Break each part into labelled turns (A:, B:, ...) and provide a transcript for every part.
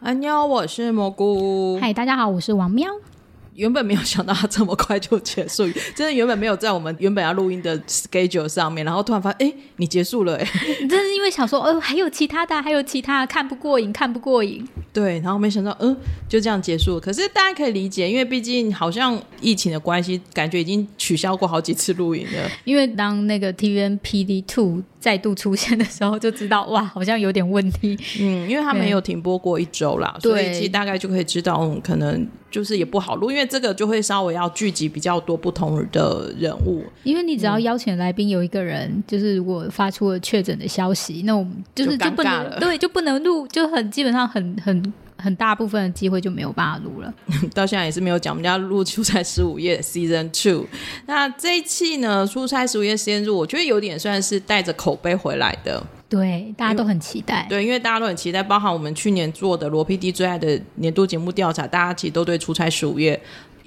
A: 安妞，我是蘑菇。
B: 嗨，大家好，我是王喵。
A: 原本没有想到它这么快就结束，真的原本没有在我们原本要录音的 schedule 上面，然后突然发现，哎、你结束了、哎，
B: 真是因为想说，哦，还有其他的，还有其他的，看不过瘾，看不过瘾。
A: 对，然后没想到，嗯，就这样结束了。可是大家可以理解，因为毕竟好像疫情的关系，感觉已经取消过好几次录音 了。
B: 因为当那个 TVNPD Two 再度出现的时候，就知道哇，好像有点问题。
A: 嗯，因为他没有停播过一周啦，
B: 对
A: 所以其实大概就可以知道，嗯，可能就是也不好录，因为这个就会稍微要聚集比较多不同的人物。
B: 因为你只要邀请来宾有一个人，就是如果发出了确诊的消息，那我们就是
A: 就尴尬
B: 就不能
A: 了
B: 对，就不能录，就很基本上很很很大部分的机会就没有办法录了。
A: 到现在也是没有讲，我们家录《出差 十五夜》Season Two。那这一期呢，《出差十五夜》Season Two，我觉得有点算是带着口碑回来的，
B: 对，大家都很期待。
A: 对，因为大家都很期待，包含我们去年做的罗 PD 最爱的年度节目调查，大家其实都对《出差十五夜》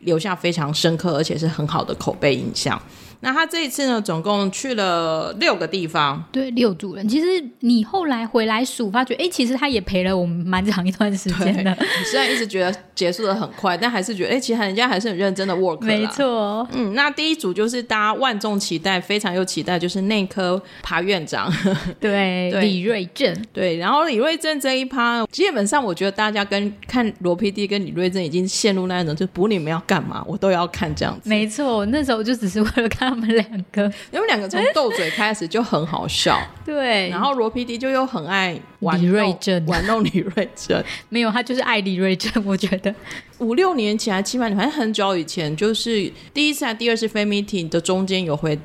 A: 留下非常深刻而且是很好的口碑印象。那他这一次呢，总共去了六个地方，
B: 对，六主人。其实你后来回来数，发觉哎，诶其实他也陪了我们蛮长一段时 间的。
A: 虽然一直觉得结束的很快，但还是觉得，哎、其实人家还是很认真的 work 啦
B: 没错，哦
A: 嗯，那第一组就是大家万众期待，非常有期待，就是内科爬院长。
B: 对
A: 对
B: 李瑞正，
A: 对，然后李瑞正这一趴，基本上我觉得大家跟看罗 PD 跟李瑞正已经陷入那一种，就不论你们要干嘛，我都要看这样子。
B: 没错，那时候就只是为了看他们两个，
A: 你们两个从斗嘴开始就很好 笑，
B: 对，
A: 然后罗 PD 就又很爱玩
B: 哎李
A: 弄
B: 瑞正
A: 玩弄李瑞正。
B: 没有他就是爱李瑞正， 我觉得
A: 五六年前啊还七八年，反正很久以前，就是第一次还第二次飞 meeting 的中间有回。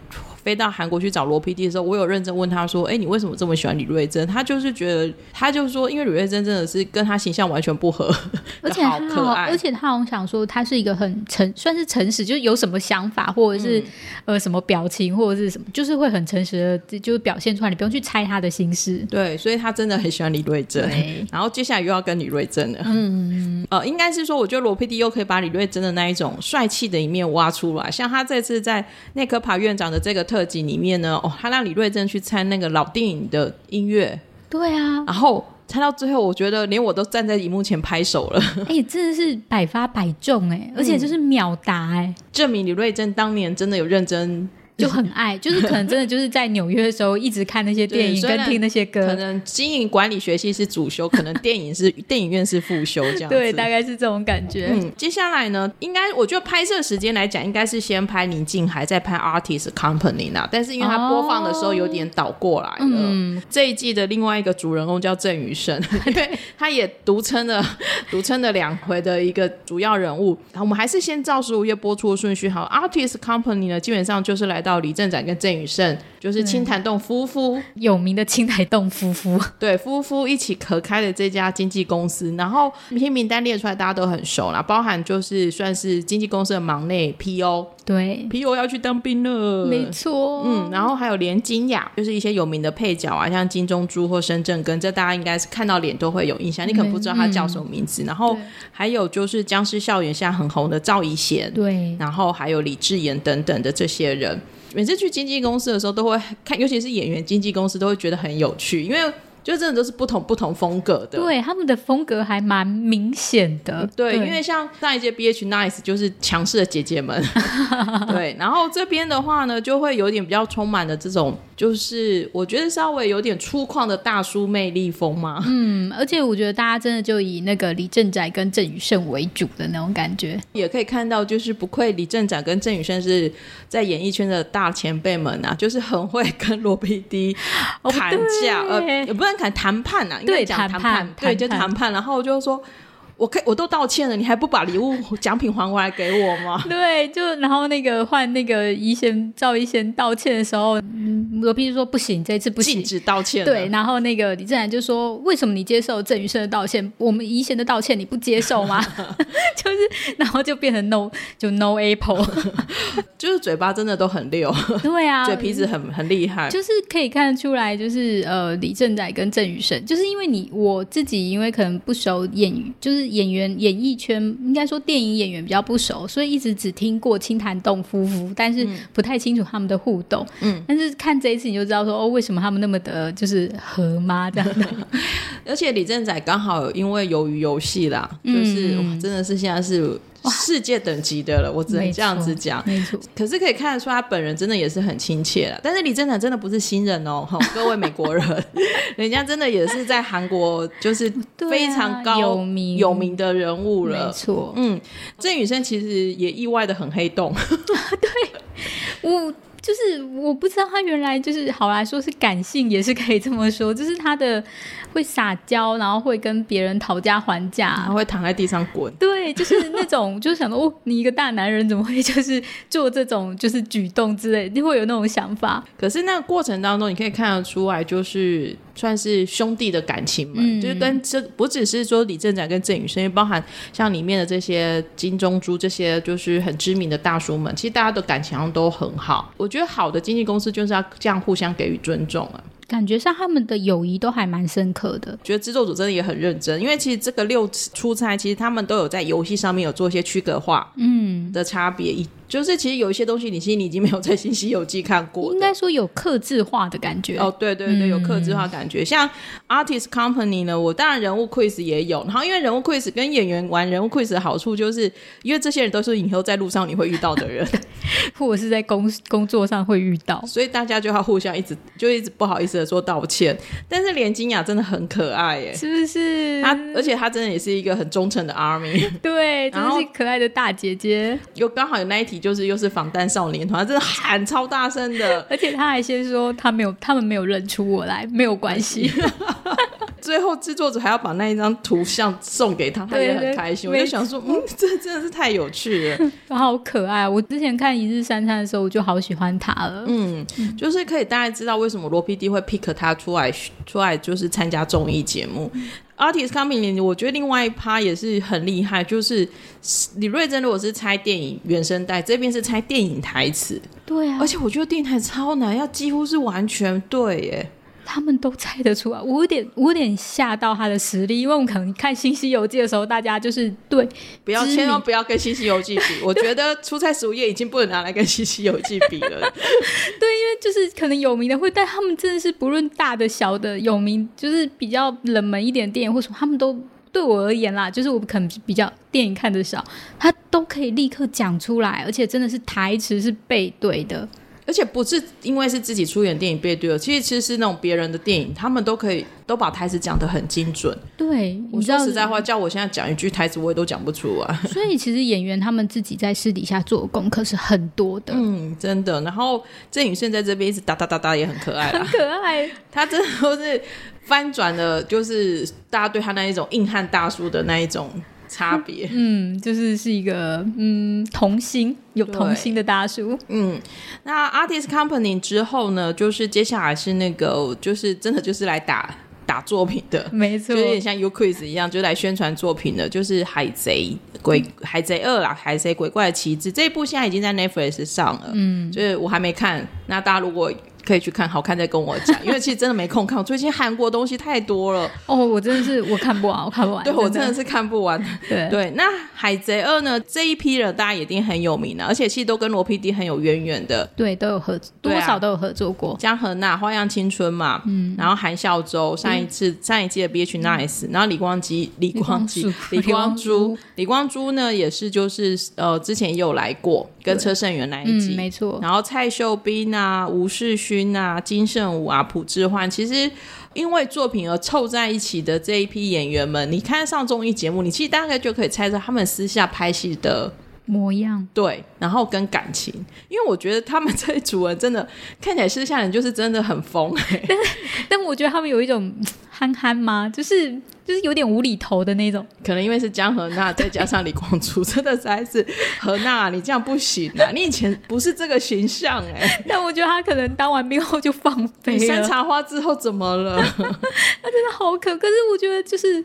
A: 飞到韩国去找罗 PD 的时候，我有认真问他说：“哎、你为什么这么喜欢李瑞珍？”他就是觉得，他就说，因为李瑞珍真的是跟他形象完全不合，
B: 而且
A: 好
B: 他
A: 可爱
B: 而且他好像想说他是一个很诚，算是诚实，就是有什么想法或者是、
A: 嗯
B: 呃什么表情或者是什么，就是会很诚实的，就是表现出来，你不用去猜他的心思。
A: 对，所以他真的很喜欢李瑞珍。
B: 对
A: 然后接下来又要跟李瑞珍了，嗯， 呃，应该是说，我觉得罗 PD 又可以把李瑞珍的那一种帅气的一面挖出来，像他这次在内科爬院长的这个特辑里面呢，哦，他让李瑞珍去参那个老电影的音乐，
B: 对啊，
A: 然后参到最后，我觉得连我都站在荧幕前拍手了，
B: 哎、真的是百发百中
A: 嗯
B: 哎、而且就是秒答 哎、
A: 证明李瑞珍当年真的有认真。
B: 就很爱，就是可能真的就是在纽约的时候一直看那些电
A: 对
B: 影
A: 虽然
B: 跟听那些
A: 可
B: 歌，
A: 能经营管理学系是主修，可能电影是 电影院是副修这样子。
B: 对，大概是这种感觉。
A: 嗯，接下来呢，应该我觉得拍摄时间来讲，应该是先拍宁静，还在拍 Artist Company 啦。但是因为它
B: 哦
A: 播放的时候有点倒过来了。这一季的另外一个主人公叫郑宇胜， 因为他也独撑了 独撑了两回的一个主要人物。好我们还是先照十五页播出的顺序好。Artist Company 呢，基本上就是来到李正展跟郑宇胜，就是青潭洞夫妇。
B: 有名的青苔洞夫妇，
A: 对，夫妇一起合开的这家经纪公司，然后黑名单列出来，大家都很熟啦，包含就是算是经纪公司的忙内 PO，PO
B: 对，
A: 要去当兵了，
B: 没错，
A: 嗯，然后还有连金雅，就是一些有名的配角啊，像金钟珠或深圳根，这大家应该是看到脸都会有印象，你可能不知道他叫什么名字。然后还有就是《僵尸校园》现在很红的赵以贤，
B: 对，
A: 然后还有李智妍等等的这些人。每次去经纪公司的时候，都会看，尤其是演员经纪公司，都会觉得很有趣，因为就真的都是不同不同风格的。
B: 对，他们的风格还蛮明显的，
A: 对，因为像上一届 BH Nice 就是强势的姐姐们，对，然后这边的话呢，就会有点比较充满了这种，就是我觉得稍微有点粗犷的大叔魅力风嘛。
B: 嗯，而且我觉得大家真的就以那个李正宰跟郑宇盛为主的那种感觉，
A: 也可以看到，就是不愧李正展跟郑宇生是在演艺圈的大前辈们啊，就是很会跟罗 PD
B: 哦
A: 砍价，
B: 对
A: 呃，也不能砍谈判啊，应
B: 对
A: 该讲
B: 谈
A: 判，
B: 判
A: 对，
B: 谈
A: 就
B: 判
A: 谈判。然后就说，我可以我都道歉了，你还不把礼物奖品还回来给我吗？
B: 对，就然后那个换那个一贤赵一贤道歉的时候，嗯罗宾就说不行，这 次不行
A: 禁，止道歉。
B: 对，，然后那个李正然就说：“为什么你接受郑宇生的道歉，我们怡贤的道歉你不接受 吗？”就是，然后就变成 no 就 no apple。
A: 就是嘴巴真的都很溜，
B: 对啊，
A: 嘴皮子很很厉害。
B: 就是可以看得出来，就是呃，李正宰跟郑宇生，就是因为你我自己因为可能不熟演，就是是演员演艺圈，应该说电影演员比较不熟，所以一直只听过清潭洞夫妇，但是
A: 嗯
B: 不太清楚他们的互动。嗯，但是看这一次你就知道说哦，为什么他们那么的就是和妈这样的。
A: 而且李正宰刚好因为鱿鱼游戏啦，就是、
B: 嗯
A: 哇真的是现在是世界等级的了，我 只能这样子讲。
B: 没错，
A: 可是可以看得出，他本人真的也是很亲切了。但是李正宰真的不是新人 哦，吼各位美国人，人家真的也是在韩国就是
B: 对啊
A: 非常高、
B: 有名
A: 有名的人物
B: 没
A: 了。
B: 错。
A: 嗯，郑宇生其实也意外的很黑洞，
B: 我就是我不知道他原来就是好来说是感性，也是可以这么说，就是他的会撒娇，然后会跟别人讨价还价
A: 他。会躺在地上滚。
B: 对，就是那种，就是想到哦，你一个大男人怎么会就是做这种就是举动之类，你会有那种想法。
A: 可是那个过程当中，你可以看得出来，就是算是兄弟的感情嘛，
B: 嗯
A: 就是跟这不只是说李正宰跟郑宇生，因为包含像里面的这些金钟珠这些就是很知名的大叔们，其实大家的感情上都很好。我觉得好的经纪公司就是要这样互相给予尊重啊。
B: 感觉上他们的友谊都还蛮深刻的。
A: 觉得制作组真的也很认真，因为其实这个六次出差，其实他们都有在游戏上面有做一些区隔化，嗯的差别，以就是其实有一些东西你心里已经没有在《新西游记》看过的
B: 应，该说有克制化的感觉，
A: 哦，对对对，有克制
B: 嗯
A: 化感觉。像 Artist Company 呢，我当然人物 quiz 也有，然后因为人物 quiz 跟演员玩人物 quiz 的好处，就是因为这些人都是以后在路上你会遇到的人，
B: 或者是在工工作上会遇到。
A: 所以大家就要互相一直就一直不好意思的说道歉。但是连金雅真的很可爱耶，
B: 是不是？
A: 她而且她真的也是一个很忠诚的 Army，
B: 对，真
A: 然
B: 的
A: 后
B: 是可爱的大姐姐，
A: 又刚好有那一题就是又是防弹少年团，她真的喊超大声的。
B: 而且她还先说她没有，他们没有认出我来，没有关 系。
A: 最后制作组还要把那一张图像送给她，她也
B: 对
A: 很
B: 对
A: 开心。
B: 没
A: 我就想说，嗯，这真的是太有趣了。
B: 好可爱！我之前看《一日三餐》的时候，我就好喜欢她了。嗯，
A: 就是可以大概知道为什么罗 PD 会 pick 他出来出来，就是参加综艺节目。Artist Company，我觉得另外一趴也是很厉害，就是李瑞珍如果是拆电影原声带，这边是拆电影台词，
B: 对啊
A: 而，且我觉得电影台词超难，要几乎是完全对耶。
B: 他们都猜得出来。我有点，我有点吓到她的实力，因为我们可能看《新西游记》的时候，大家就是对
A: 不要，
B: 知名
A: 千万不要跟《西西游记》比，我觉得《出差十五夜》已经不能拿来跟《西西游记》比了。
B: 就是可能有名的会，但他们真的是不论大的小的有名，就是比较冷门一点的电影或什么，他们都对我而言啦，就是我可能比较电影看的少，他都可以立刻讲出来，而且真的是台词是背对的，
A: 而且不是因为是自己出演电影背对了，其实其实是那种别人的电影，他们都可以都把台词讲得很精准。
B: 对，
A: 我
B: 你知
A: 说
B: 道
A: 实在话，叫我现在讲一句台词，我也都讲不出啊来。
B: 所以其实演员他们自己在私底下做的功课是很多的，
A: 嗯， 真的。然后郑宇胜在这边一直哒哒哒哒，也很可爱 啦。
B: 可爱。
A: 他真的都是翻转了，就是大家对他那一种硬汉大叔的那一种差别。
B: 嗯，就是是一个嗯童心有
A: 对
B: 童心的大叔，
A: 嗯，那 Artist Company 之后呢，就是接下来是那个，就是真的就是来打打作品的。
B: 没
A: 就
B: 错
A: 有，点像 U Quiz 一样，就来宣传作品的，就是《海贼鬼》《海贼二》啦，《海贼鬼怪的旗帜》这一部现在已经在 Netflix 上了，嗯，就是我还没看，那大家如果可以去看，好看再跟我讲，因为其实真的没空看，我最近韩国东西太多了，
B: 哦，我真的是我看不完，我看不完，
A: 对啊我真
B: 真
A: 的是嗯看不完。
B: 对
A: 对，那《海贼二》呢，这一批人大家一定很有名了，而且其实都跟罗 PD 很有渊源的，
B: 对，都有合多
A: 对啊
B: 少都有合作过。
A: 江河娜《花样青春》嘛，嗯，然后韩孝周上一次、上一季的 B H Nice，然后李光基、李光基、
B: 李
A: 李
B: 光
A: 光
B: 洙
A: 洙、李光洙呢也是就是呃之前也有来过，跟车胜元那一
B: 嗯，
A: 集，
B: 没错，
A: 然后蔡秀斌啊、吴世勋啊、金圣武啊、朴智焕，其实因为作品而凑在一起的这一批演员们，你看上综艺节目，你其实大概就可以猜到他们私下拍戏的
B: 模样
A: 对，然后跟感情，因为我觉得他们这一组人真的看起来私下人就是真的很疯、 欸，
B: 但我觉得他们有一种憨憨吗？就是就是有点无厘头的那种。
A: 可能因为是江河娜再加上李光洙，真的实在是河娜，你这样不行啊！你以前不是这个形象哎、
B: 但我觉得他可能当完兵后就放飞
A: 你山
B: 了，
A: 茶花之后怎么了？
B: 真的好可。可是我觉得就是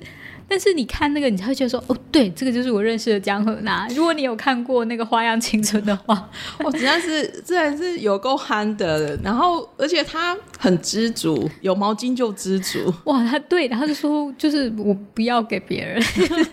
B: 但是你看那个，你才会觉得说，哦，对，这个就是我认识的江河娜。如果你有看过那个《花样青春》的话，
A: 我实在哦是真的是有够憨的，然后而且他很知足，有毛巾就知足。
B: 哇，他对，然后就说，就是我不要给别人。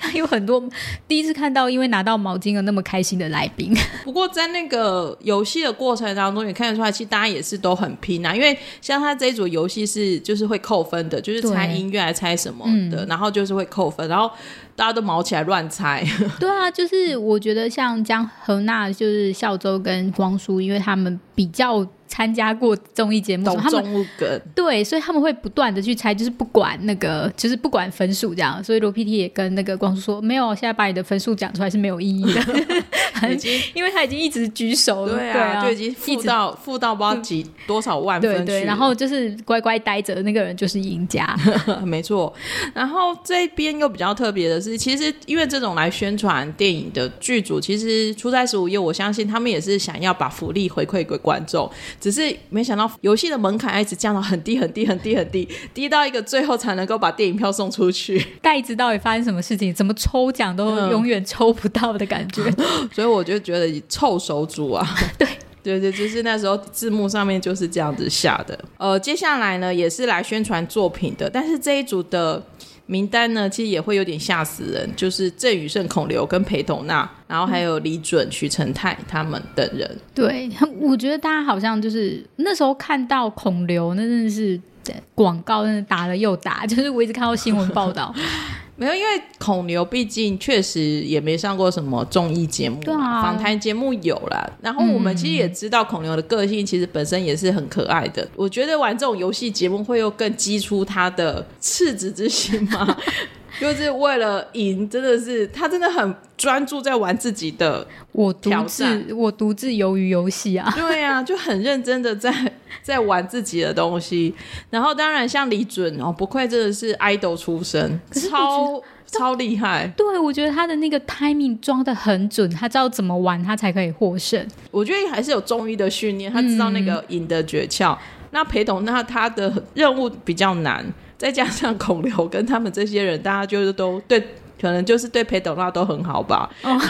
B: 他有很多第一次看到因为拿到毛巾而那么开心的来宾。
A: 不过在那个游戏的过程当中，也看得出来，其实大家也是都很拼啊。因为像他这一组游戏是就是会扣分的，就是猜
B: 对
A: 音乐还猜什么的，
B: 嗯
A: 然后就是会扣分，然后大家都毛起来乱猜。
B: 对啊，就是我觉得像江河娜，就是孝周跟光叔，因为他们比较参加过综艺节目，
A: 懂
B: 他们
A: 中物梗，
B: 对，所以他们会不断的去猜，就是不管那个，就是不管分数这样。所以罗 PT 也跟那个光叔说，没有，现在把你的分数讲出来是没有意义 的，
A: 已 经
B: 因为他已经一直举手了，
A: 对
B: 啊，
A: 啊，就已经
B: 一
A: 负
B: 直
A: 到负到不知道几多少万分
B: 对
A: 去
B: 对，
A: 了
B: 然后就是乖乖待着的那个人就是赢家，
A: 没错，然后这边又比较特别的是，其实因为这种来宣传电影的剧组，其实初在十五夜，我相信他们也是想要把福利回馈给观众，只是没想到游戏的门槛一直降到很低很低很低很低，低到一个最后才能够把电影票送出去，
B: 但一直到底发生什么事情，怎么抽奖都
A: 嗯
B: 永远抽不到的感 觉。
A: 所以我就觉得臭手主啊，
B: 对。
A: 对对，就是那时候字幕上面就是这样子下的。呃，接下来呢也是来宣传作品的，但是这一组的名单呢，其实也会有点吓死人，就是郑宇盛、孔刘跟裴斗娜，然后还有李准、徐成泰他们等人。
B: 对，他我觉得大家好像就是那时候看到孔刘，那真的是广告，真的打了又打，就是我一直看到新闻报 道，
A: 没有，因为孔刘毕竟确实也没上过什么综艺节目啦，
B: 对啊
A: 访谈节目有啦。然后我们其实也知道孔刘的个性，其实本身也是很可爱的。我觉得玩这种游戏节目会又更激出他的赤子之心嘛， 就是为了赢，真的是他真的很专注在玩自己的，
B: 我独
A: 挑战
B: 自我独自鱿鱼游戏啊，
A: 对啊，就很认真的在 在玩自己的东西。然后当然像李准哦，不愧真的是 idol 出身，
B: 是我
A: 超超厉害。
B: 对，我觉得他的那个 timing 装的很准，他知道怎么玩，他才可以获胜。
A: 我觉得还是有中医的训练，他知道那
B: 嗯
A: 个赢的诀窍。那裴董那他的任务比较难，再加上孔刘跟他们这些人，大家就是都对，可能就是对裴董那都很好吧。
B: 哦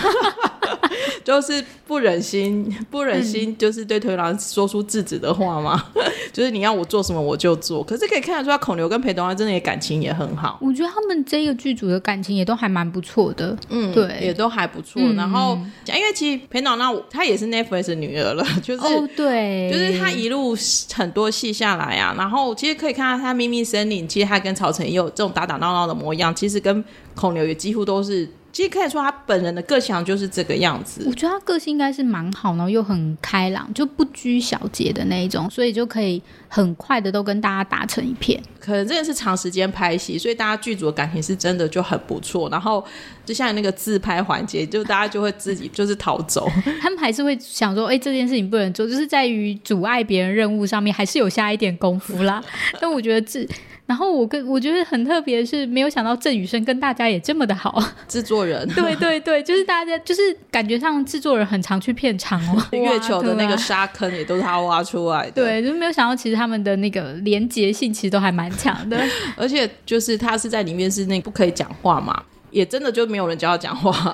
A: 就是不忍心，不忍
B: 嗯
A: 心，就是对推郎说出制止的话嘛， 就是你要我做什么我就做。可是可以看得出来，孔刘跟裴董那真的也感情也很好。
B: 我觉得他们这个剧组的感情也都还蛮不错的，
A: 嗯，
B: 对
A: 也都还不错。
B: 嗯
A: 然后，因为其实裴董那她也是 Netflix 的女儿了， 就是、
B: 哦，对，
A: 就是他一路很多戏下来啊，然后其实可以看到他《秘密森林》，其实他跟曹承也有这种打打闹闹的模样，其实跟孔刘也几乎都是，其实可以说他本人的个性好像就是这个样子
B: 我。觉得他个性应该是蛮好，然后又很开朗，就不拘小节的那一种，所以就可以很快的都跟大家打成一片。
A: 可能真的是长时间拍戏，所以大家剧组的感情是真的就很不错。然后就像那个自拍环节，就大家就会自己就是逃 走。
B: 他们还是会想说，哎、这件事情不能做，就是在于阻碍别人任务上面，还是有下一点功夫 啦。但我觉得这，然后我跟我觉得很特别的是，没有想到郑宇生跟大家也这么的好。
A: 制作人，
B: 对对对，就是大家就是感觉上制作人很常去片场 哦
A: 月球的那
B: 哇对
A: 个
B: 啊
A: 沙坑也都是他挖出来的。
B: 对，就是没有想到，其实他们的那个连结性其实都还蛮强的。
A: 而且就是他是在里面是那不可以讲话嘛，也真的就没有人教他讲话。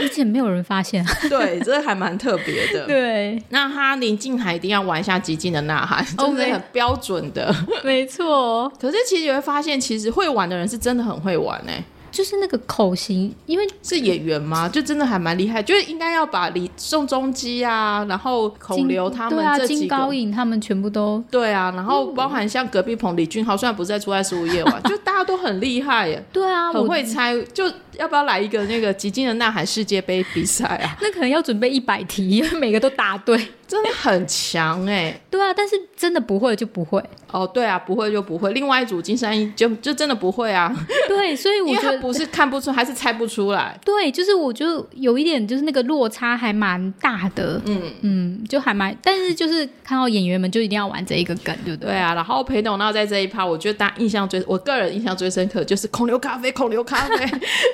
B: 而且没有人发现。啊
A: 对，这还蛮特别的。
B: 对，
A: 那他临近海一定要玩一下极尽的呐喊，
B: 哦
A: 这是
B: 没
A: 很标准 的。
B: 没错，
A: 可是其实你会发现，其实会玩的人是真的很会玩哎、
B: 就是那个口型，因为
A: 是演员吗？就真的还蛮厉害，就是应该要把李宋仲基啊，然后孔
B: 金
A: 刘他
B: 对
A: 们
B: 啊，
A: 这几
B: 金
A: 个。
B: 高颖他们全部都
A: 对啊，然后包含像隔壁棚李俊浩，虽然不是在初爱十五夜 玩，就大家都很厉害耶，
B: 对啊，
A: 很
B: 我
A: 会猜。就要不要来一个那个极尽的呐喊世界杯比赛 啊？
B: 那可能要准备一百题，因为每个都答 对。
A: 真的很强哎、
B: 对啊，但是真的不会就不会。
A: 哦，对啊，不会就不会。另外一组金山一就就真的不会啊，
B: 对，所以我
A: 因为
B: 觉
A: 他
B: 得。
A: 不是看不出，还是猜不出来。
B: 对，就是我就有一点，就是那个落差还蛮大的，嗯嗯，就还蛮，但是就是看到演员们就一定要玩这一个梗，对不对？
A: 对啊，然后裴董娜在这一趴，我觉得大家印象最，我个人印象最深刻就是孔刘咖啡，孔刘咖啡，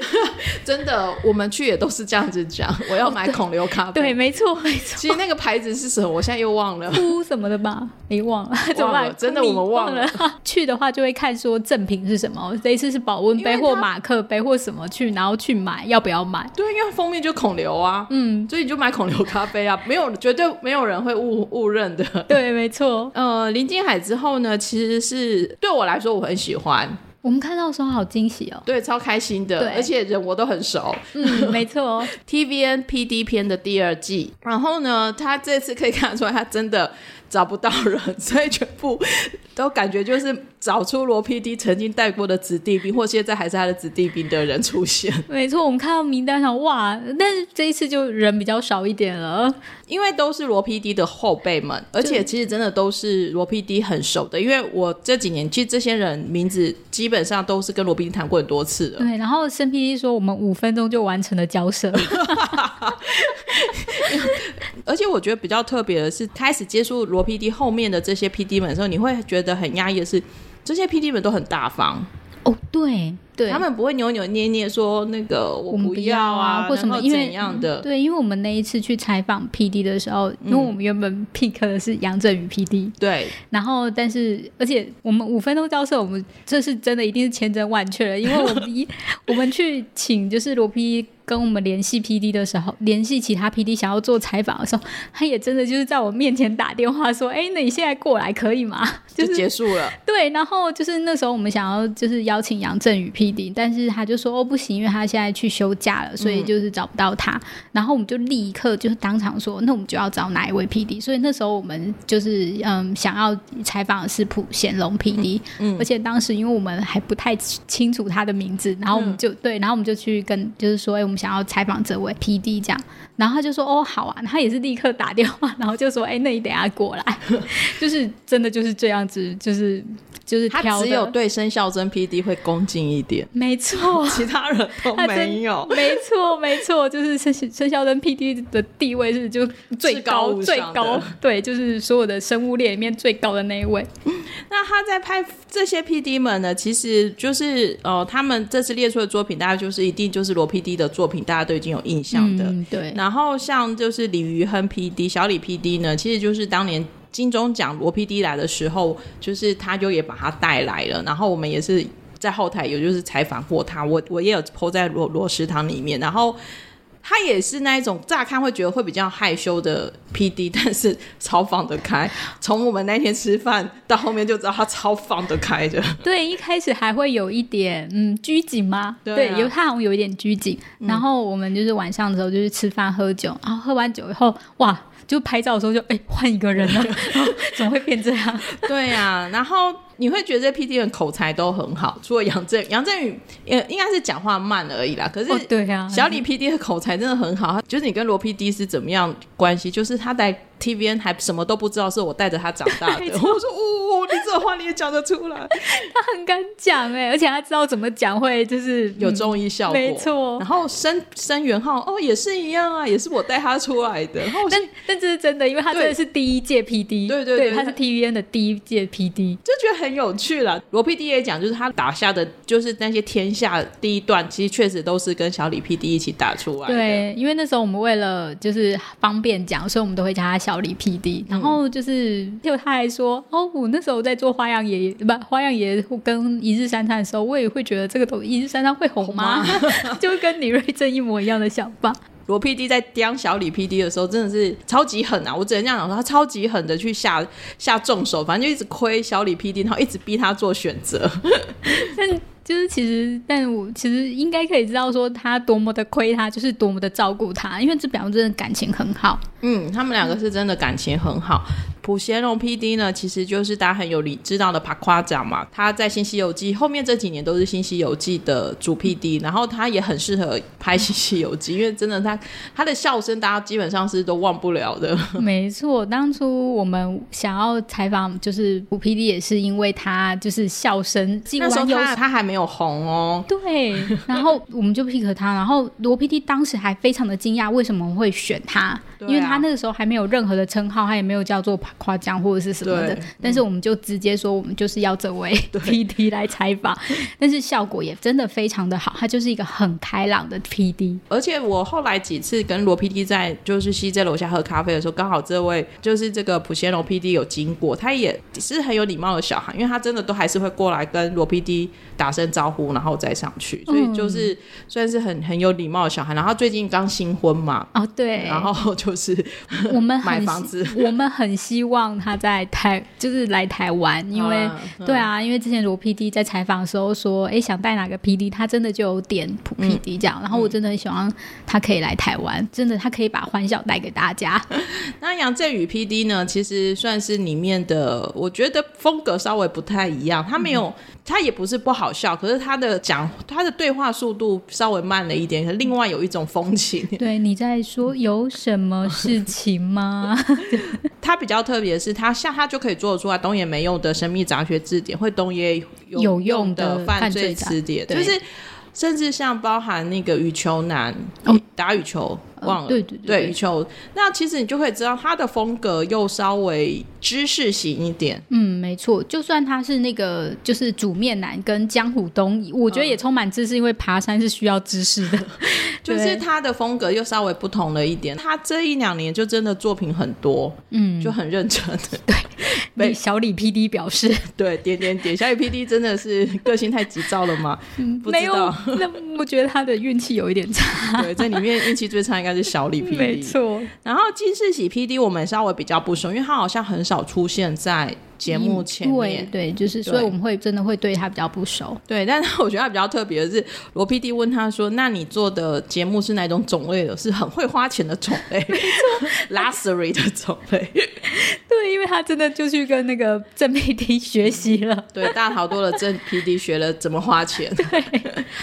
A: 真的，我们去也都是这样子讲，我要买孔刘咖啡。
B: 对，没错，没错。
A: 其实那个牌子是什么？我现在又忘了。
B: 哭什么的吧？诶，忘了， 怎么
A: 忘了
B: 办？
A: 真的
B: 哭
A: 我
B: 你
A: 们
B: 忘
A: 忘了
B: 去的话就会看说赠品是什么，这一次是保温
A: 因
B: 杯
A: 为
B: 或
A: 它
B: 马克杯或什么去，然后去买，要不要买？
A: 对，因为封面就孔刘啊，
B: 嗯，
A: 所以你就买孔刘咖啡啊，没有绝对没有人会误误认的。
B: 对，没错。
A: 呃，林金海之后呢，其实是对我来说我很喜欢，
B: 我们看到的时候好惊喜哦。
A: 对，超开心的
B: 对，
A: 而且人我都很熟。
B: 嗯，没错。
A: TVN PD 篇的第二季，然后呢，他这次可以看得出来，他真的找不到人，所以全部都感觉就是找出罗 PD 曾经带过的子弟兵，或现在还是他的子弟兵的人出现，
B: 没错，我们看到名单上哇，但是这一次就人比较少一点了。
A: 因为都是罗 PD 的后辈们，而且其实真的都是罗 PD 很熟的，因为我这几年其实这些人名字基本上都是跟罗 PD 谈过很多次了，
B: 对，然后申 PD 说我们五分钟就完成了交涉，
A: 而且我觉得比较特别的是，开始接触罗 PD 后面的这些 PD 们的时候，你会觉得很压抑的是，这些 PD 们都很大方。
B: 哦，对对，
A: 他们不会扭扭捏捏说那个我
B: 我们
A: 不
B: 不要啊
A: 啊，
B: 或什么
A: 然后
B: 因为嗯
A: 怎样的。
B: 对，因为我们那一次去采访 PD 的时候，因为我们原本 pick 的是杨振宇 PD，
A: 对，
B: 然后但是而且我们五分钟交涉，我们这是真的一定是千真万确了，因为我们一我们去请就是罗 PD 跟我们联系 PD 的时候，联系其他 PD 想要做采访的时候，他也真的就是在我面前打电话说：“哎，那你现在过来可以吗？”
A: 就是结束了。
B: 对，然后就是那时候我们想要就是邀请杨振宇 PD，但是他就说哦不行，因为他现在去休假了，所以就是找不到他。然后我们就立刻就是当场说，那我们就要找哪一位 PD。所以那时候我们就是嗯想要采访的是普贤龙 PD，、而
A: 嗯
B: 且当时因为我们还不太清楚他的名字，然后我
A: 嗯
B: 们就、对，然后我们就去跟就是说，哎、我们想要采访这位 PD 这样。然后他就说哦好啊，他也是立刻打电话，然后就说哎、那你等一下过来， 就是真的就是这样子，就是就是
A: 他
B: 挑
A: 只
B: 的
A: 有对生肖真 PD 会恭敬一 点，。
B: 没错
A: 其他人都
B: 他真
A: 没有。
B: 没错，没错，就是生生肖跟 PD 的地位是就最
A: 至高
B: 高
A: 无
B: 最
A: 上的
B: 高，对，就是所有的生物链里面最高的那一位。
A: 那他在拍这些 PD 们呢，其实就是呃，他们这次列出的作品，大家就是一定就是罗 PD 的作品，大家都已经有印象的。
B: 嗯，对，
A: 然后像就是李宇亨 PD、小李 PD 呢，其实就是当年金钟奖罗 PD 来的时候，就是他就也把他带来了，然后我们也是在后台有就是采访过他，我我也有 PO 在罗罗食堂里面，然后。他也是那一种乍看会觉得会比较害羞的 P D，但 是超放得开。从我们那天吃饭到后面就知道他超放得开的。
B: 对，一开始还会有一点嗯拘谨吗？
A: 对啊嗯
B: 有他好像有一点拘谨。然后我们就是晚上的时候就是吃饭喝酒，然后喝完酒以后，哇，就拍照的时候就哎换一个人 了，然后怎么会变这样？
A: 对呀、然后你会觉得这 P D 人口才都很好，除了杨振杨振宇，呃，应该是讲话慢而已啦。可是
B: 哦，对啊，
A: 小李 PD 的口才真的很好，就是你跟罗 PD 是怎么样关系？就是他在 TVN 还什么都不知道，是我带着他长大的。
B: 没
A: 我说，哦，你这话你也讲得出来，
B: 他很敢讲哎，而且他知道怎么讲会就是
A: 有
B: 嗯
A: 综艺效果，
B: 没错
A: 然后申申元浩，哦，也是一样啊，也是我带他出来的。然后我就
B: 但但这是真的，因为他真的
A: 对
B: 是第一届 PD，
A: 对
B: 对
A: 对对
B: 他是 TVN 的第一届 PD，
A: 就觉得很有趣了。罗 PD 也讲，就是他打下的，就是那些天下第一段，其实确实都是跟小李 PD 一起打出来的。
B: 对，因为那时候我们为了就是方便讲，所以我们都会叫他小李 PD。然后就是，就他还说，哦，我那时候在做花样爷爷，不花样爷爷跟一日三餐的时候，我也会觉得这个东一日三餐会红吗？ 就跟李瑞正一模一样的想法。
A: 罗 PD 在刁小李 PD 的时候，真的是超级狠啊！我只能这样讲说，他超级狠的去下下重手，反正就一直亏小李 PD，然后一直逼他做选择。
B: 但就是其实，但我其实应该可以知道说他多么的亏他，就是多么的照顾他，因为这表示真的感情很好。
A: 嗯，他们两个是真的感情很好。普贤荣 PD 呢，其实就是大家很有理知道的帕夸奖嘛，他在《新西游记》后面这几年都是《新西游记》的主 PD，然后他也很适合拍《新西游记》，因 为真的他他的笑声大家基本上是都忘不了的。
B: 没错，当初我们想要采访就是古 PD，也是因为他就是笑声，进
A: 那时候
B: 完有
A: 他他还没有红哦，
B: 对，然后我们就 pick 他，然后罗 PD 当时还非常的惊讶，为什么会选他？
A: 对啊
B: 因为他那个时候还没有任何的称号，他也没有叫做夸奖或者是什么的
A: 对，
B: 但是我们就直接说我们就是要这位 PD 来采访，但是效果也真的非常的好，他就是一个很开朗的 PD，
A: 而且我后来几次跟罗 PD 在就是西街楼下喝咖啡的时候，刚好这位就是这个普贤楼 PD 有经过，他也是很有礼貌的小孩，因为他真的都还是会过来跟罗 PD 打声招呼，然后再上去，所以就是算是很很有礼貌的小孩。然后他最近刚新婚嘛，
B: 哦对，
A: 然后就是
B: 我们
A: 买
B: 很希
A: 房子，
B: 我们很希望他在台就是来台湾，因为、
A: 啊
B: 对啊，因为之前罗 PD 在采访的时候说，哎，想带哪个 PD，他真的就有点普
A: 嗯
B: PD 这样，然后我真的很希望他可以来台湾，真的他可以把欢笑带给大家。
A: 嗯那杨振宇 P D 呢，其实算是里面的，我觉得风格稍微不太一样。他没有，
B: 嗯
A: 他也不是不好笑，可是他的讲他的对话速度稍微慢了一点，可是另外有一种风情。
B: 对，你在说有什么事情吗？
A: 他比较特别的是，他像他就可以做得出来东野没用的神秘杂学字典，会东野
B: 有
A: 用
B: 用的
A: 犯
B: 犯
A: 罪
B: 罪杂
A: 词典，
B: 对
A: 就是甚至像包含那个羽球男、
B: 哦
A: 打羽球 忘了，
B: 对对
A: 对羽球，那其实你就可以知道他的风格又稍微知识型一点。
B: 嗯，没错，就算他是那个就是煮面男跟江虎东，我
A: 嗯
B: 觉得也充满知识，因为爬山是需要知 识的。
A: 就是
B: 对
A: 他的风格又稍微不同了一点。他这一两年就真的作品很多，嗯，就很认真。 被
B: 李小李 PD 表示。
A: 对，点点点，小雨 P D 真的是个性太急躁了嘛？不
B: 嗯没
A: 知
B: 有
A: 道，，
B: 那我觉得他的运气有一点差。
A: 对，这里面运气最差应该是小李 P
B: 嗯没
A: D。
B: 错，
A: 然后金世喜 P D 我们稍微比较不熟，因为他好像很少出现在节目前面。
B: 对对，就是
A: 对
B: 所以我们会真的会对他比较不熟。
A: 对，但是我觉得他比较特别的是，罗 P D 问他说：“那你做的节目是哪种种类的？是很会花钱的种类 l u x u r y 的种类。”
B: 对，因为他真的就去跟那个郑佩婷学习了。
A: 对，大好多的正 PD 学了怎么花钱。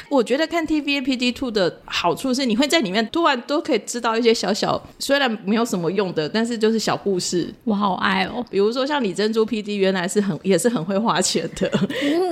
A: 我觉得看 TVA PD Two 的好处是，你会在里面突然都可以知道一些小小，虽然没有什么用的，但是就是小故事。
B: 我好爱哦，
A: 比如说像李珍珠 PD 原来是很也是很会花钱的，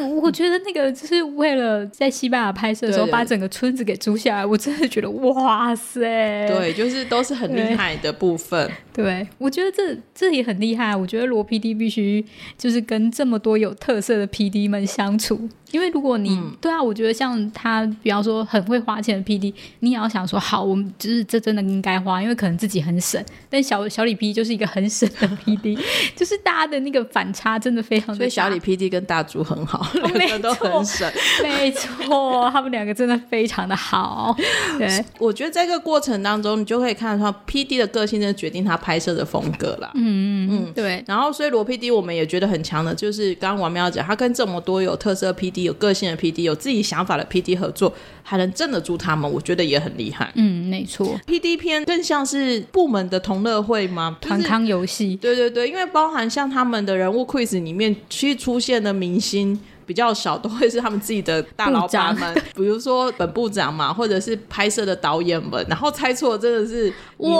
B: 我我觉得那个就是为了在西班牙拍摄的时候
A: 对对
B: 把整个村子给租下来，我真的觉得哇塞！
A: 对，就是都是很厉害的部分。
B: 对，我觉得这这也很厉害。我觉得罗 PD 必须就是跟这么多有特色的 PD 们相处，因为如果你、对啊，我觉得像他，比方说很会花钱的 PD，你也要想说，好，我们就是这真的应该花，因为可能自己很省。但小小李 PD 就是一个很省的 PD，就是大家的那个反差真的非常的大。哦
A: 所以小李 PD 跟大猪很好，两
B: 没
A: 个都很
B: 错
A: 省。
B: 没错，他们两个真的非常的好。对，
A: 我觉得在这个过程当中，你就可以看得出 PD 的个性，真的决定他拍摄的风格啦。
B: 嗯，对，
A: 然后，所以罗 PD 我们也觉得很强的，就是刚刚王喵讲，他跟这么多有特色的 PD、有个性的 PD、有自己想法的 PD 合作，还能镇得住他们，我觉得也很厉害。
B: 嗯，没错，
A: PD 片更像是部门的同乐会吗？就是
B: 团康游戏。
A: 对对对，因为包含像他们的人物 quiz 里面，其实出现的明星比较少，都会是他们自己的大老板们，比如说本部长嘛，或者是拍摄的导演们，然后猜错真的是你完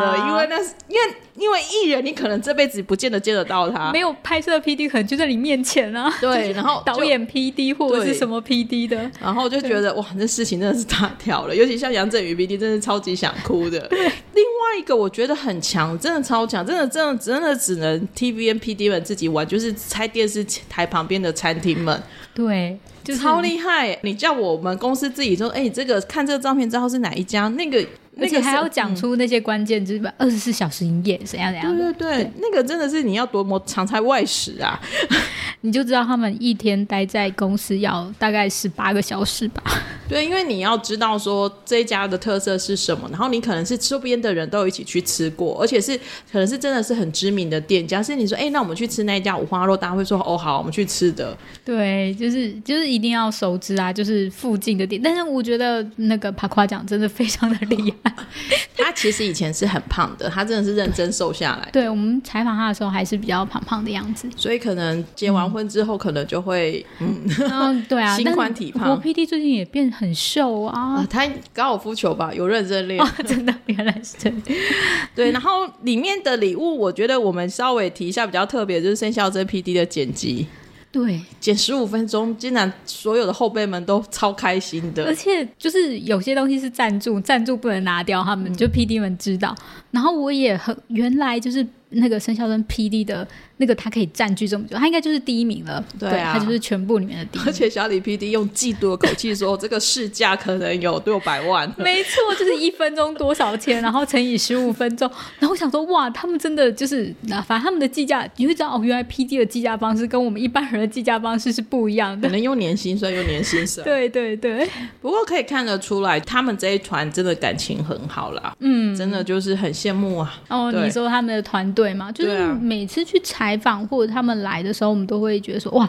A: 了，
B: 哇
A: 因为那是因为因为艺人你可能这辈子不见得见得到他
B: 没。有拍摄的 PD 可能就在你面前啊，
A: 对，然后就
B: 导，演 PD 或者
A: 对
B: 是什么 PD 的，
A: 然后就觉得哇，这事情真的是大条了，尤其像杨振宇 B D，真是超级想哭的。另外一个我觉得很强，真的超强，真的真的真的只能 T V N P D 们自己玩，就是拆电视台旁边的餐厅们，
B: 对，就是
A: 超厉害。你叫我们公司自己说，哎、这个看这个照片知道是哪一家，那个
B: 而
A: 那
B: 且
A: 个
B: 还
A: 是
B: 要讲出那些关键字吧，二十四小时营业怎样怎
A: 对
B: 样的，
A: 对对，那个真的是你要多么常在外食啊！
B: 你就知道他们一天待在公司要大概十八个小时吧。
A: 对，因为你要知道说这一家的特色是什么，然后你可能是周边的人都有一起去吃过，而且是可能是真的是很知名的店家。是你说，哎、那我们去吃那一家五花肉，大家会说，哦，好，我们去吃的。
B: 对，就是就是一定要熟知啊，就是附近的店。但是我觉得那个帕夸奖真的非常的厉害。
A: 他其实以前是很胖的，他真的是认真瘦下来，
B: 对我们采访他的时候还是比较胖胖的样子。
A: 所以可能结完婚之后，可能就会，嗯，
B: 嗯，对啊，
A: 心
B: 但
A: 宽体胖
B: 罗 PD 最近也变很瘦啊
A: 啊，，他高尔夫球吧，有认真练
B: 哦，真的原来是这样。
A: 对，然后里面的礼物，我觉得我们稍微提一下比较特别，就是盛孝真 P D 的剪辑，
B: 对，
A: 剪十五分钟，竟然所有的后辈们都超开心
B: 而
A: 的。
B: 且就是有些东西是赞助，赞助不能拿掉，他们、就 P D 们知道。然后我也很原来就是那个生肖跟 P D 的那个，他可以占据这么久，他应该就是第一名了。
A: 对
B: 对,、
A: 啊
B: 他就是全部里面的第 一
A: 而
B: 名。
A: 且小李 PD 用嫉妒的口气说：“这个市价可能有六百万。
B: 没错，就是一分钟多少钱，然后乘以十五分钟。然后我想说，哇，他们真的就是，啊反正他们的计价，你会知道哦，原来 P D 的计价方式跟我们一般人的计价方式是不一样”
A: 可
B: 的。
A: 能用年薪算，用年薪算。
B: 对对对，
A: 不过可以看得出来，他们这一团真的感情很好啦。嗯，真的就是很羡慕啊。
B: 哦，
A: 对
B: 你说他们的团队嘛，就
A: 对
B: 是
A: 啊
B: 每次去采访或者他们来的时候，我们都会觉得说，哇，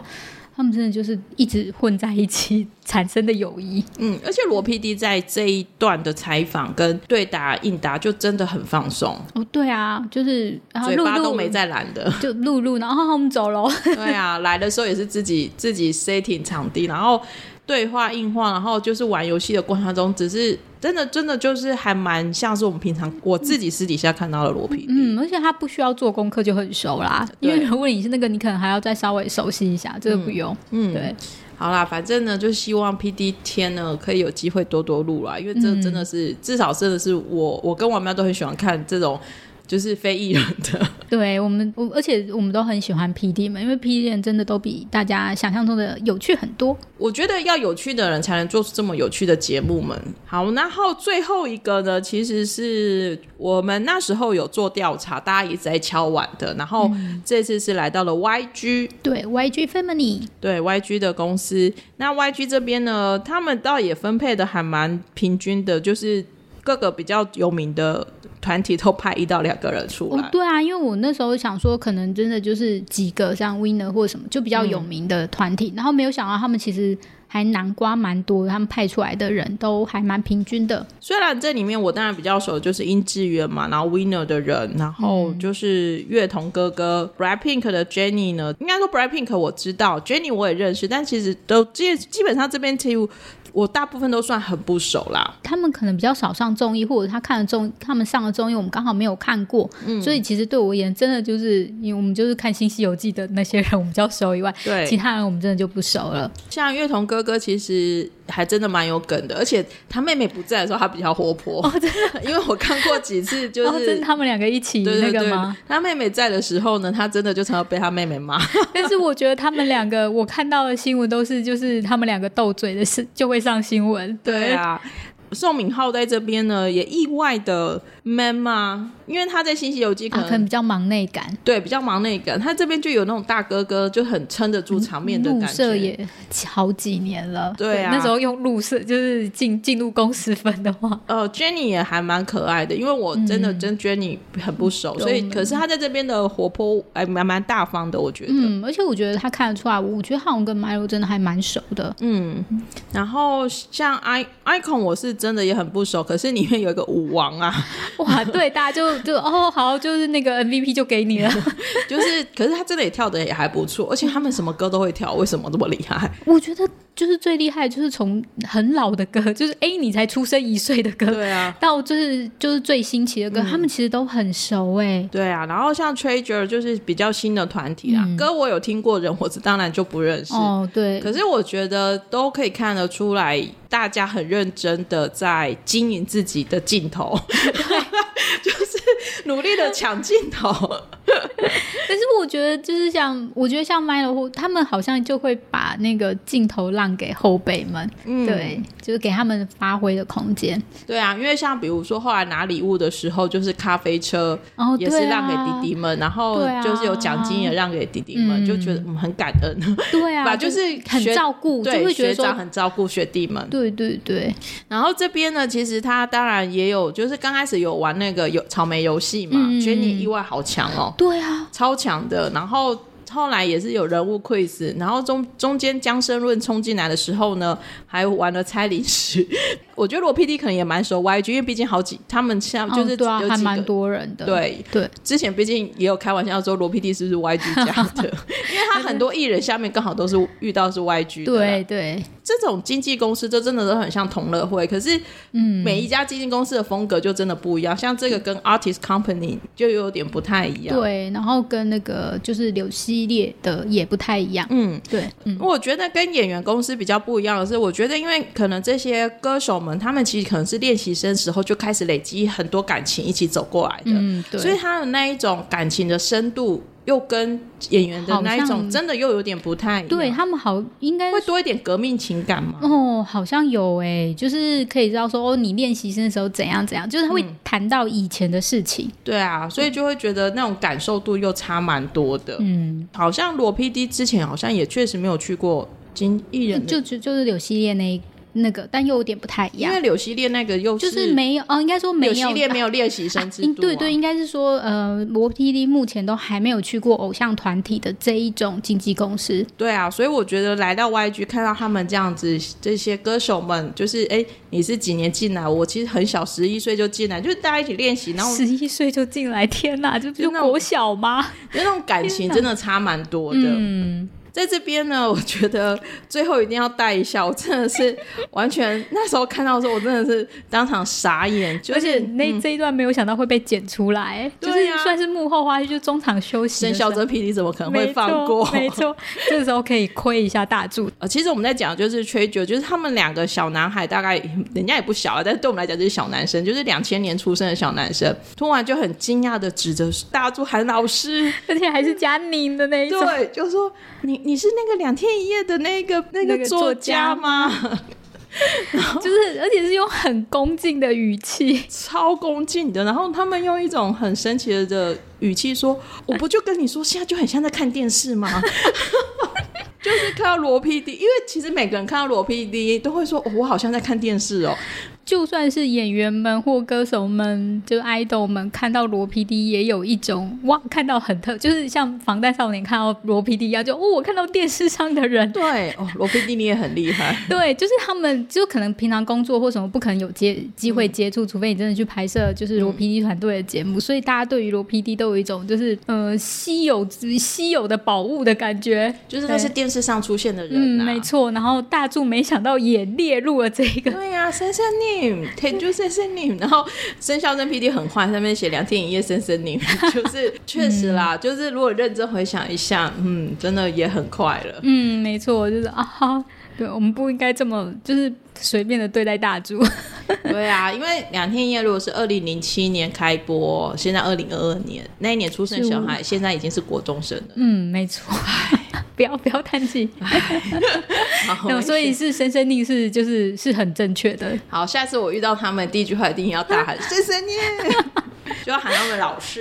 B: 他们真的就是一直混在一起产生的友谊。
A: 嗯，而且罗 PD 在这一段的采访跟对答应答就真的很放松，
B: 哦，对啊，就是然后
A: 嘴
B: 露
A: 巴
B: 露
A: 都没在懒的。
B: 就露露，然后哦我们走喽。
A: 对啊，来的时候也是自己自己 setting 场地，然后对话硬话，然后就是玩游戏的过程中，只是真的真的就是还蛮像是我们平常我自己私底下看到的罗 PD。
B: 嗯，而且他不需要做功课就很熟啦，因为
A: 对
B: 如果你是那个，你可能还要再稍微熟悉一下，这个不用。
A: 嗯
B: 对，
A: 好啦，反正呢，就希望 P D 天呢可以有机会多多录啦，因为这
B: 嗯
A: 真的是、至少真的是我我跟王喵都很喜欢看这种就是非艺人的，
B: 对我们，我而且我们都很喜欢 P D 们，因为 P D 人真的都比大家想象中的有趣很多。
A: 我觉得要有趣的人才能做出这么有趣的节目们。好，然后最后一个呢，其实是我们那时候有做调查，大家一直在敲碗的，然后这次是来到了 YG，
B: 对，YG Family，
A: 对 YG 的公司，那 YG 这边呢，他们倒也分配的还蛮平均的，就是各个比较有名的团体都派一到两个人出来。
B: 哦，对啊，因为我那时候想说，可能真的就是几个像 Winner 或什么就比较
A: 嗯
B: 有名的团体，然后没有想到他们其实还南瓜蛮多的，他们派出来的人都还蛮平均的。
A: 虽然这里面我当然比较熟的就是殷志源嘛，然后 Winner 的人，然后就是乐童哥哥、Blackpink 的 Jennie 呢，应该说 Blackpink 我知道，Jennie 我也认识，但其实都基基本上这边其实我大部分都算很不熟啦。
B: 他们可能比较少上综艺，或者他看的综，他们上的综艺我们刚好没有看过，
A: 嗯
B: 所以其实对我而言，真的就是因为我们就是看《新西游记》的那些人我们比较熟以外，
A: 对，
B: 其他人我们真的就不熟了。
A: 像乐童哥哥其实还真的蛮有梗的，而且他妹妹不在的时候，他比较活泼。哦，真的， 因为我看过几次，就
B: 然后哦真
A: 是
B: 的。他们两个一起
A: 对
B: 那
A: 对
B: 个
A: 对
B: 吗？，
A: 他妹妹在的时候呢，他真的就常常被他妹妹骂。
B: 但是我觉得他们两个，我看到的新闻都是就是他们两个斗嘴的事就会上新闻。
A: 对啊，宋敏浩在这边呢也意外的 man 嘛，因为他在《新西游记》可
B: 啊，
A: 能
B: 可能比较忙内感，
A: 对比较忙那个，他这边就有那种大哥哥就很撑得住场面的
B: 入
A: 感
B: 社
A: 觉。
B: 也好几年了。
A: 对啊
B: 那时候用入社就是进进入公司分的话，
A: 呃，Jenny 也还蛮可爱的，因为我真的跟 Jenny 很不熟，所以可是他在这边的活泼，哎，蛮蛮大方的，我觉得。
B: 嗯，而且我觉得他看得出来，我觉得他好像跟 Milo 真的还蛮熟的。
A: 嗯，然后像 i icon 我是真的也很不熟，可是里面有一个舞王啊，
B: 哇，对，大家就就哦好，就是那个 MVP 就 给你了。
A: 就是可是他真的也跳的也还不错，而且他们什么歌都会跳，为什么这么厉害？
B: 我觉得就是最厉害，就是从很老的歌，就是 A 你才出生一岁的歌，
A: 对啊，
B: 到就是就是最新奇
A: 嗯
B: 的歌，他们其实都很熟哎、
A: 对啊，然后像 Treasure 就是比较新的团体啊，歌我有听过人，我是当然就不认识，
B: 嗯哦，对，
A: 可是我觉得都可以看得出来，大家很认真的在经营自己的镜头， 就是努力的抢镜头。
B: 但是我觉得就是像，我觉得像 Milo 或他们好像就会把那个镜头让给后辈们，
A: 嗯
B: 对，就是给他们发挥的空间。
A: 对啊，因为像比如说后来拿礼物的时候，就是咖啡车
B: 哦，
A: 也是
B: 对
A: 让给
B: 啊
A: 弟弟们，然后
B: 对啊
A: 就是有奖金也让给弟弟们，
B: 嗯
A: 就觉得嗯很感恩，
B: 对啊，
A: 吧？就是
B: 很
A: 学
B: 照顾，就
A: 对
B: 会觉得
A: 学长
B: 说，
A: 很照顾学弟们。
B: 对对对，
A: 然后这边呢，其实他当然也有，就是刚开始有玩那个有草莓游戏嘛，
B: 嗯
A: 觉得你意外好强哦，
B: 对啊，
A: 超强的。然后后来也是有人物 quiz，然后中中间江生论冲进来的时候呢，还玩了猜零食。我觉得罗 PD 可能也蛮熟 YG，因为毕竟好几他们像就是有
B: 对啊，还
A: 几
B: 蛮
A: 个。
B: 多人的，
A: 对
B: 对，
A: 之前毕竟也有开玩笑说罗 PD 是不是 YG 家 的，因为他很多艺人下面刚好都是遇到是 YG 的啦。
B: 对对，
A: 这种经纪公司就真的都很像同乐会，可是，嗯，每一家经纪公司的风格就真的不一样。像这个跟 Artist Company 就有点不太一样。，
B: 对，然后跟那个就是柳系列的也不太一样，
A: 嗯，
B: 对，嗯，
A: 我觉得跟演员公司比较不一样的是，我觉得因为可能这些歌手们，他们其实可能是练习生时候就开始累积很多感情一起走过来的，
B: 嗯，
A: 所以
B: 对，
A: 他的那一种感情的深度又跟演员的那一
B: 好
A: 种
B: 像
A: 真的又有点不太一样，
B: 对他们好应该
A: 会多一点革命情感吗？
B: 哦，好像有诶、就是可以知道说哦，你练习生的时候怎样怎样，就是他会
A: 嗯
B: 谈到以前的事情。
A: 对啊，所以就会觉得那种感受度又差蛮多的。
B: 嗯，
A: 好像罗 PD 之前好像也确实没有去过经艺人的，
B: 就就就是柳系列那一那个，但又有点不太一
A: 因
B: 样，
A: 为柳溪恋那个又
B: 就是没有哦，应该说没
A: 柳
B: 有
A: 溪恋没有练习生制度、啊
B: 应对对，，应该是说，呃，罗 PD 目前都还没有去过偶像团体的这一种经纪公司，
A: 对啊，所以我觉得来到 YG 看到他们这样子，这些歌手们就是哎，你是几年进来？我其实很小，十一岁就进来，就是大家一起练习，然后
B: 十一岁就进来，天哪，这不就
A: 就那种
B: 国小吗？
A: 那种感情真的差蛮多的。
B: 嗯，
A: 在这边呢，我觉得最后一定要带一下，我真的是完全那时候看到的时候，我真的是当场傻眼，就
B: 而且
A: 是嗯
B: 那、这一段没有想到会被剪出来，就
A: 对
B: 是
A: 啊
B: 算是幕后花絮，就中场休息的
A: 沈
B: 时候。
A: 小泽皮，你怎么可能
B: 没
A: 会
B: 错
A: 放过？
B: 没错， 这时候可以亏一下大柱。
A: 呃， 其实我们在讲的就是吹酒，就是他们两个小男孩，大概人家也不小啊，但是对我们来讲就是小男生，就是两千年出生的小男生，突然就很惊讶的指着大柱喊老师，
B: 而且还是加宁的那一种，
A: 对，啊就说你你是那个两天一夜的那个那
B: 那
A: 个
B: 个
A: 作
B: 作
A: 家
B: 家
A: 吗？
B: 就是而且是用很恭敬的语气，
A: 超恭敬的，然后他们用一种很神奇的语气说：“我不就跟你说，现在就很像在看电视吗？” 就是看到罗 PD，因为其实每个人看到罗 PD 都会说：“哦，我好像在看电视哦。”
B: 就算是演员们或歌手们，就 idol 们看到罗 PD 也有一种哇，看到很特，就是像防弹少年看到罗 PD 一样，就哦，我看到电视上的人。
A: 对哦，罗 PD 你也很厉 害。
B: 对，就是他们，就可能平常工作或什么不可能有接机
A: 嗯
B: 会接触，除非你真的去拍摄就是罗 PD 团队的节目，所以大家对于罗 PD 都有一种就是呃稀有之稀有的宝物的感觉。
A: 就是那些电视上出现的人、
B: 嗯，
A: 啊
B: 没。错。然后大柱没想到也列入了这一个，
A: 对呀、啊，森森 name，天就森森 name，然后生肖真 PD 很坏，上面写两天一夜森森 name，就是 确实啦，
B: 嗯
A: 就是如果认真回想一下，嗯，真的也很快了。
B: 嗯，没错，就是啊哈，对我们不应该这么就是随便的对待大柱，
A: 对啊，因为两天一夜如果是二零零七年开播，现在二零二二年那一年出生的小孩，现在已经是国中生了。
B: 嗯，没错， 不要不要叹气，
A: 好
B: 那所以是深深定是就是是很正确的，
A: 好，下次我遇到他们，第一句话一定要大喊森森 name，就要喊他们老师。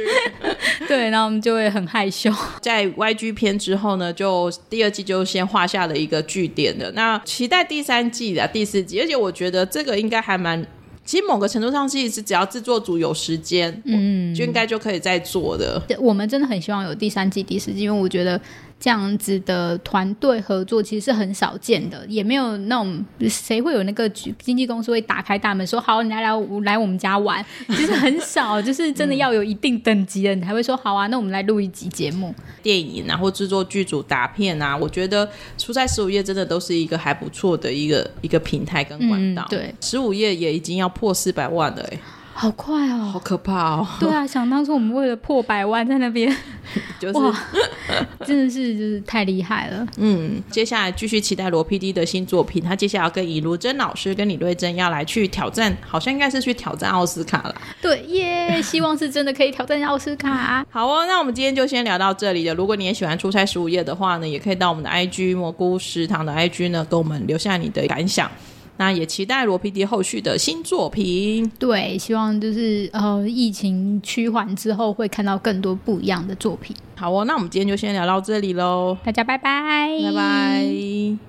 B: 对，然后我们就会很害羞，
A: 在 YG 篇之后呢，就第二季就先画下了一个据点的。那期待第三季的第四季，而且我觉得这个应该还蛮。其实某个程度上，其实只要制作组有时间，嗯，就应该就可以再做的。
B: 对我们真的很希望有第三季、第四季，因为我觉得这样子的团队合作其实是很少见的，也没有那种谁会有那个局经纪公司会打开大门说好，你来来我来我们家 玩，就是很少，就是真的要有一定等级的，你才会说好啊，那我们来录一集节目。
A: 电影啊，或制作剧组打片啊，我觉得出在十五夜真的都是一个还不错的一个一个平台跟管道。
B: 嗯对，
A: 十五夜也已经要破四百万了、欸，
B: 好快
A: 好
B: 哦！
A: 可怕哦！
B: 对啊，想当初我们为了破百万在那边，
A: 就是
B: 哇，真的是就是太厉害了。
A: 嗯，接下来继续期待罗 PD 的新作品，他接下来要跟尹如珍老师跟李瑞珍要来去挑战，好像应该是去挑战奥斯卡了。
B: 对耶，希望是真的可以挑战奥斯卡。
A: 好哦，那我们今天就先聊到这里了。如果你也喜欢出差十五夜的话呢，也可以到我们的 IG 蘑菇食堂的 IG 呢，跟我们留下你的感想。那也期待罗 PD 后续的新作品。
B: 对，希望就是呃，疫情趋缓之后会看到更多不一样的作品。
A: 好哦，那我们今天就先聊到这里喽，
B: 大家拜拜，
A: 拜拜。